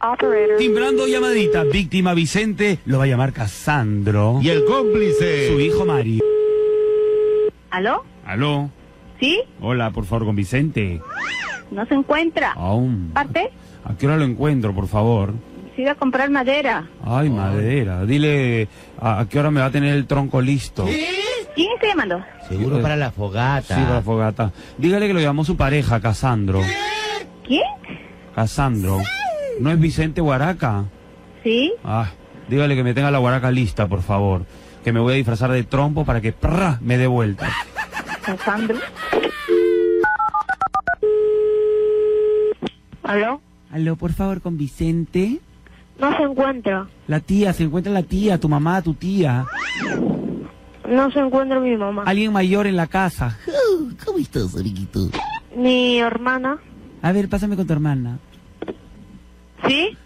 Operator. Timbrando llamadita, víctima Vicente, lo va a llamar Casandro. Y el Su cómplice. hijo Mari. ¿Aló? Aló. ¿Sí? Hola, por favor, con Vicente. No se encuentra. Ah. Aún. Parte, ¿A qué hora lo encuentro, por favor? siga a comprar madera. Ay, madera. Dile a, a qué hora me va a tener el tronco listo. ¿Quién está llamando? Seguro para la fogata. Sí, para la fogata. Dígale que lo llamó su pareja, Casandro. ¿Quién? Casandro. ¿No es Vicente Guaraca? ¿Sí? Ah, dígale que me tenga la guaraca lista, por favor. Que me voy a disfrazar de trompo para que prrra, me dé vuelta. Casandro. ¿Aló? Aló, por favor, con Vicente. No se encuentra. La tía, se encuentra la tía, tu mamá, tu tía. No se encuentra mi mamá. Alguien mayor en la casa. Ah, ¿Cómo estás, amiguito? Mi hermana. A ver, pásame con tu hermana. ¿Sí?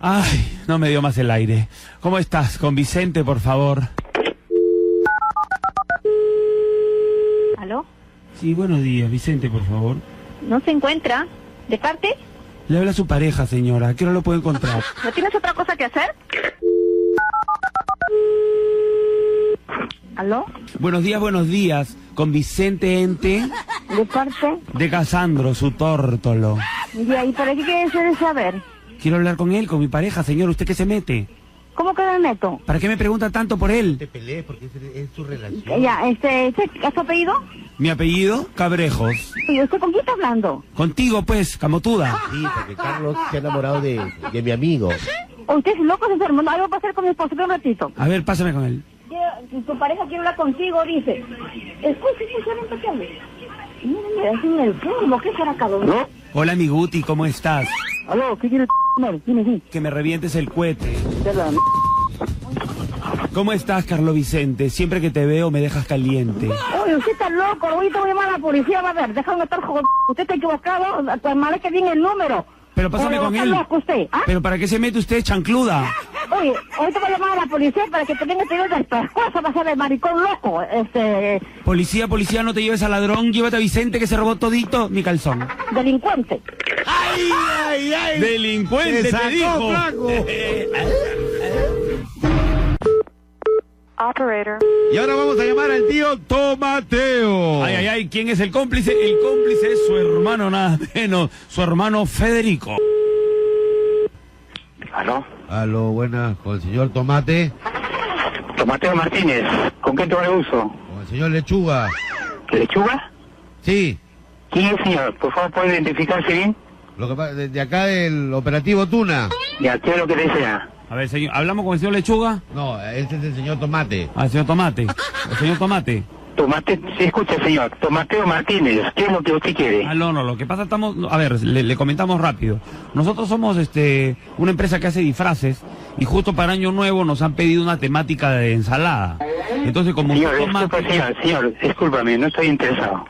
Ay, no me dio más el aire. ¿Cómo estás? Con Vicente, por favor. ¿Aló? Sí, buenos días, Vicente, por favor. No se encuentra. ¿De parte? Le habla a su pareja, señora. ¿A qué hora lo puedo encontrar? ¿No tienes otra cosa que hacer? ¿Aló? Buenos días, buenos días. Con Vicente Ente ¿De parte? de Casandro, su tórtolo. Ya, ¿y para qué quieres saber? Quiero hablar con él, con mi pareja, señor. ¿Usted qué se mete? ¿Cómo queda el neto? ¿Para qué me pregunta tanto por él? te pelees porque es, es tu relación. Ya, este, este, ¿has apellido? Mi apellido, Cabrejos. ¿Y usted con quién está hablando? Contigo, pues, camotuda. Sí, porque Carlos se ha enamorado de, de mi amigo. ¿O usted es loco, se hermano? Algo va a hacer con mi esposo, espera un ratito. A ver, pásame con él. Tu pareja quiere hablar contigo, dice. Escucha, escucha, no te hables. Mira, es un enfermo, ¿qué será cada uno? Hola, mi Guti, ¿cómo estás? Aló, ¿qué quiere el Dime, sí, Que me revientes el cohete. de la... ¿Cómo estás, Carlo Vicente? Siempre que te veo me dejas caliente. Oye, usted está loco, hoy te voy a llamar a la policía, va a ver, déjame estar jodido. Usted está equivocado, a tu hermana que viene el número. Pero pásame Oye, con está él. loco usted, ¿ah? ¿Pero para qué se mete usted, chancluda? Oye, hoy te voy a llamar a la policía para que te venga a pedir el pescuezo, va a ser el maricón loco, este, Policía, policía, no te lleves al ladrón, llévate a Vicente que se robó todito mi calzón. delincuente. ¡Ay, ay, ay! ¡Delincuente, Te te sacó, dijo! Eh, flaco. Operator. Y ahora vamos a llamar al tío Tomateo. Ay, ay, ay, ¿quién es el cómplice? El cómplice es su hermano, nada menos, su hermano Federico. ¿Aló? Aló, buenas, con el señor Tomate, Tomateo Martínez, ¿con qué toma el uso? con el señor Lechuga. ¿Lechuga? Sí, ¿Quién es, señor? Por favor, ¿puede identificarse bien? lo que pasa, de, de acá del operativo Tuna. Ya, ¿qué es lo que desea? A ver, señor, ¿hablamos con el señor Lechuga? No, este es el señor Tomate. Al señor Tomate. Al señor Tomate. Tomate, sí, escucha, señor. Tomateo Martínez, ¿qué es lo que usted quiere? Ah, no, no, lo que pasa estamos, a ver, le, le comentamos rápido. Nosotros somos este una empresa que hace disfraces y justo para año nuevo nos han pedido una temática de ensalada. Entonces, como Señor, usted toma- disculpe, señor, señor, discúlpame, no estoy interesado.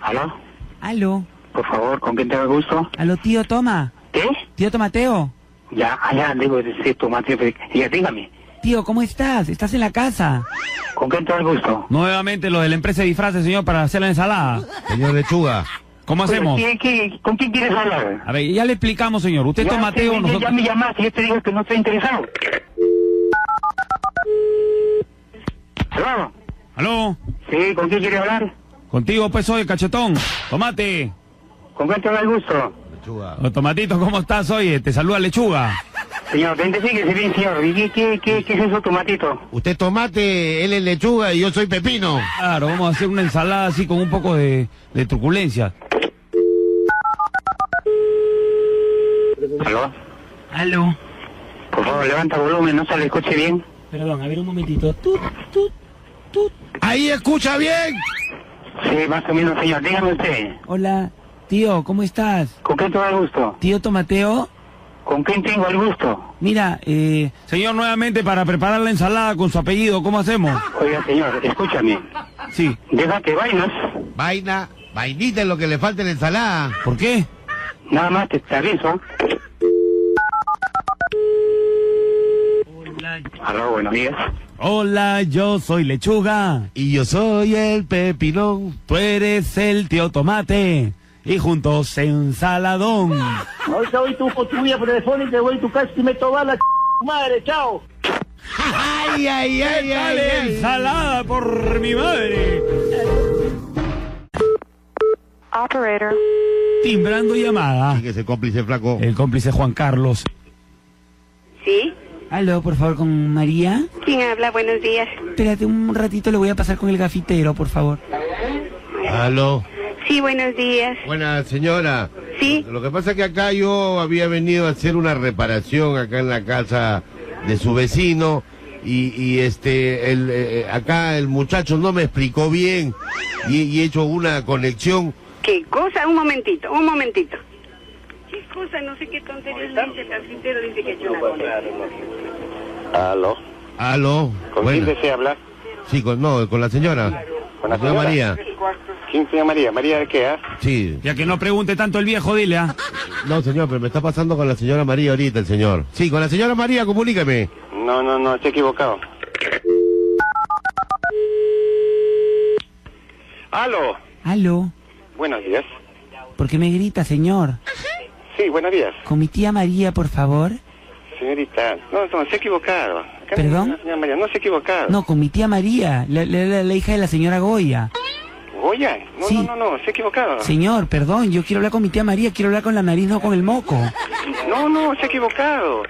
¿Aló? Aló, Por favor, ¿con quién tengo el gusto? aló, tío, toma. ¿Qué? Tío Tomateo. Ya, allá, digo, sí, Tomateo, pero- ya, dígame, Tío, ¿cómo estás? ¿Estás en la casa? ¿con quién tengo el gusto? nuevamente lo de la empresa de disfraces, señor, para hacer la ensalada. Señor Lechuga. ¿Cómo hacemos? ¿Qué- qué- con quién quieres hablar? A ver, ya le explicamos, señor. Usted es Ya, Tomateo, sí, ya, Ya nosotros me llamaste, yo te digo que no estoy interesado. Aló, Aló, sí, ¿con quién quiere hablar? contigo pues soy cachetón. Tomate. ¿Con quién te da el gusto? Lechuga. Oh, tomatito, ¿cómo estás? Oye, te saluda Lechuga. Señor, identifíquese bien, señor. ¿Y qué, qué, qué, qué es eso, tomatito? Usted es Tomate, él es Lechuga y yo soy Pepino. Claro, vamos a hacer una ensalada así con un poco de, de truculencia. Aló, Aló. por favor, levanta volumen, no se le escuche bien. Perdón, a ver un momentito. Tut, tut, tut. Ahí escucha bien. Sí, más o menos, señor. Dígame usted, Hola, tío, ¿cómo estás? ¿con quién te da el gusto? Tío Tomateo. ¿Con quién tengo el gusto? Mira, eh, Señor, nuevamente para preparar la ensalada con su apellido, ¿cómo hacemos? Oiga, señor, escúchame. Sí. Déjate vainas. Vaina, vainita es lo que le falta en la ensalada. ¿Por qué? Nada más te, te aviso. Aló, buenos días. Hola, yo soy Lechuga. Y yo soy el Pepinón. Tú eres el tío Tomate. y juntos ensaladón. Ahorita voy tu con tu vía telefónica, voy a tu casa y meto bala, c- madre, chao. ¡Ay, ay, ay, ay! Dale ay. ensalada por mi madre. Operator. Timbrando llamada. Sí, que ese cómplice flaco. El cómplice Juan Carlos. Sí. Aló, por favor, con María. ¿Quién habla? Buenos días. Espérate un ratito, le voy a pasar con el gafitero, por favor. Aló. Sí, buenos días. Buena señora. Sí. Lo que pasa es que acá yo había venido a hacer una reparación acá en la casa de su vecino y, y este el, eh, acá el muchacho no me explicó bien y, y he hecho una conexión. ¿Qué cosa? Un momentito, un momentito. ¿Qué cosa? No sé qué tontería le dice el carpintero, dice que es una cosa. Aló, Aló. ¿con Buena. quién desea hablar? Sí, con, no, con la señora. ¿Con la señora señora? María. ¿Quién se llama María? ¿María de qué? ah? Sí. Ya que no pregunte tanto el viejo, dile, ¿ah? No, señor, pero me está pasando con la señora María ahorita el señor. Sí, con la señora María, comunícame. No, no, no, estoy equivocado. Aló, Aló, buenos días. ¿por qué me grita, señor? Sí, buenos días. Con mi tía María, por favor. Señorita, no, no, se ha equivocado. Acá ¿Perdón? no, señora María, no se ha equivocado. No, con mi tía María, la, la- la- la hija de la señora Goya. Goya, no, Sí. no, no, no, se ha equivocado. Señor, perdón, yo quiero hablar con mi tía María, quiero hablar con la nariz, no con el moco. No, no, se ha equivocado.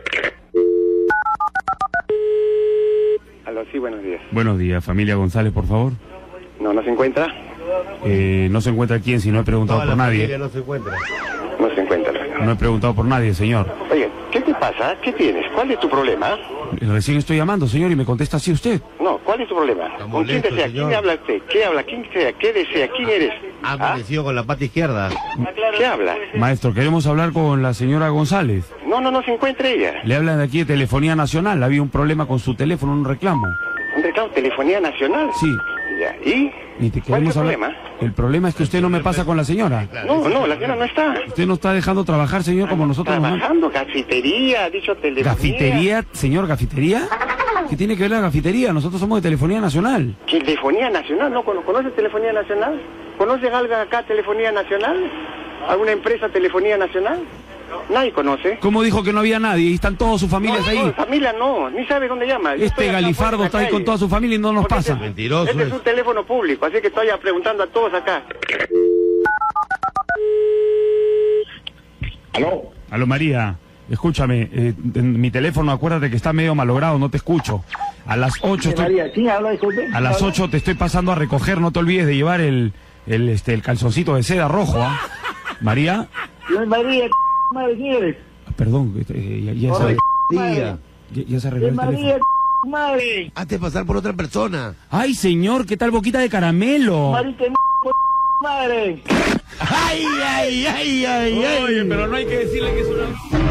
Aló, sí, buenos días. Buenos días, familia González, por favor. No, no se encuentra. Eh, no se encuentra quién, si no he preguntado Toda por la nadie. familia no se encuentra. No se encuentra. No he preguntado por nadie, señor. Oye, ¿qué te pasa? ¿Qué tienes? ¿Cuál es tu problema? Recién estoy llamando, señor, y me contesta así usted. No, ¿cuál es tu problema? Está ¿Con quién molesto, desea? señor. ¿Quién habla usted? ¿Qué habla? ¿Quién desea? ¿Qué desea? ¿Quién eres? Ha ¿Ah? amanecido con la pata izquierda. ¿Qué habla? Maestro, queremos hablar con la señora González. No, no, no se encuentra ella. Le hablan de aquí de Telefonía Nacional. Había un problema con su teléfono, un reclamo. Un reclamo, telefonía nacional. Sí. Ya, ¿y? Y te ¿Cuál es queremos el hablar. problema? El problema es que usted no me pasa con la señora. No, no, la señora no está. Usted no está dejando trabajar, señor, como nosotros. nos man- Trabajando, cafetería, ha dicho telefonía. ¿Gafitería, señor, gafitería? ¿Qué tiene que ver la gafitería? Nosotros somos de Telefonía Nacional. Telefonía Nacional, ¿no? ¿Cono- ¿Conoce Telefonía Nacional? ¿Conoce algo acá Telefonía Nacional? ¿Alguna empresa Telefonía Nacional? Nadie conoce. ¿Cómo dijo que no había nadie? Y están todas sus familias No, ahí. no, familia no, ni sabe dónde llama. Yo estoy Este acá galifardo afuera en la está ahí con calle. toda su familia y no nos Porque pasa. ese- Mentiroso Este es. es un teléfono público, así que estoy preguntando a todos acá. Aló, Aló María, escúchame, eh, en mi teléfono acuérdate que está medio malogrado, no te escucho. A las 8 tía Eh, María, ¿quién habla? Disculpe. a las 8 te estoy pasando a recoger, no te olvides de llevar el el este el calzoncito de seda rojo, ¿ah? María, Yo, María, c- madre, ¿quién eres? perdón, este, eh, ya, ya se, Corre, Tía, ya, ya se arregló Yo, el María, teléfono. c- madre. hazte pasar por otra persona. Ay, señor, ¿qué tal boquita de caramelo? Marita, m- madre. ¡Ay, ay, ay, ay! ay. pero no hay que decirle que es una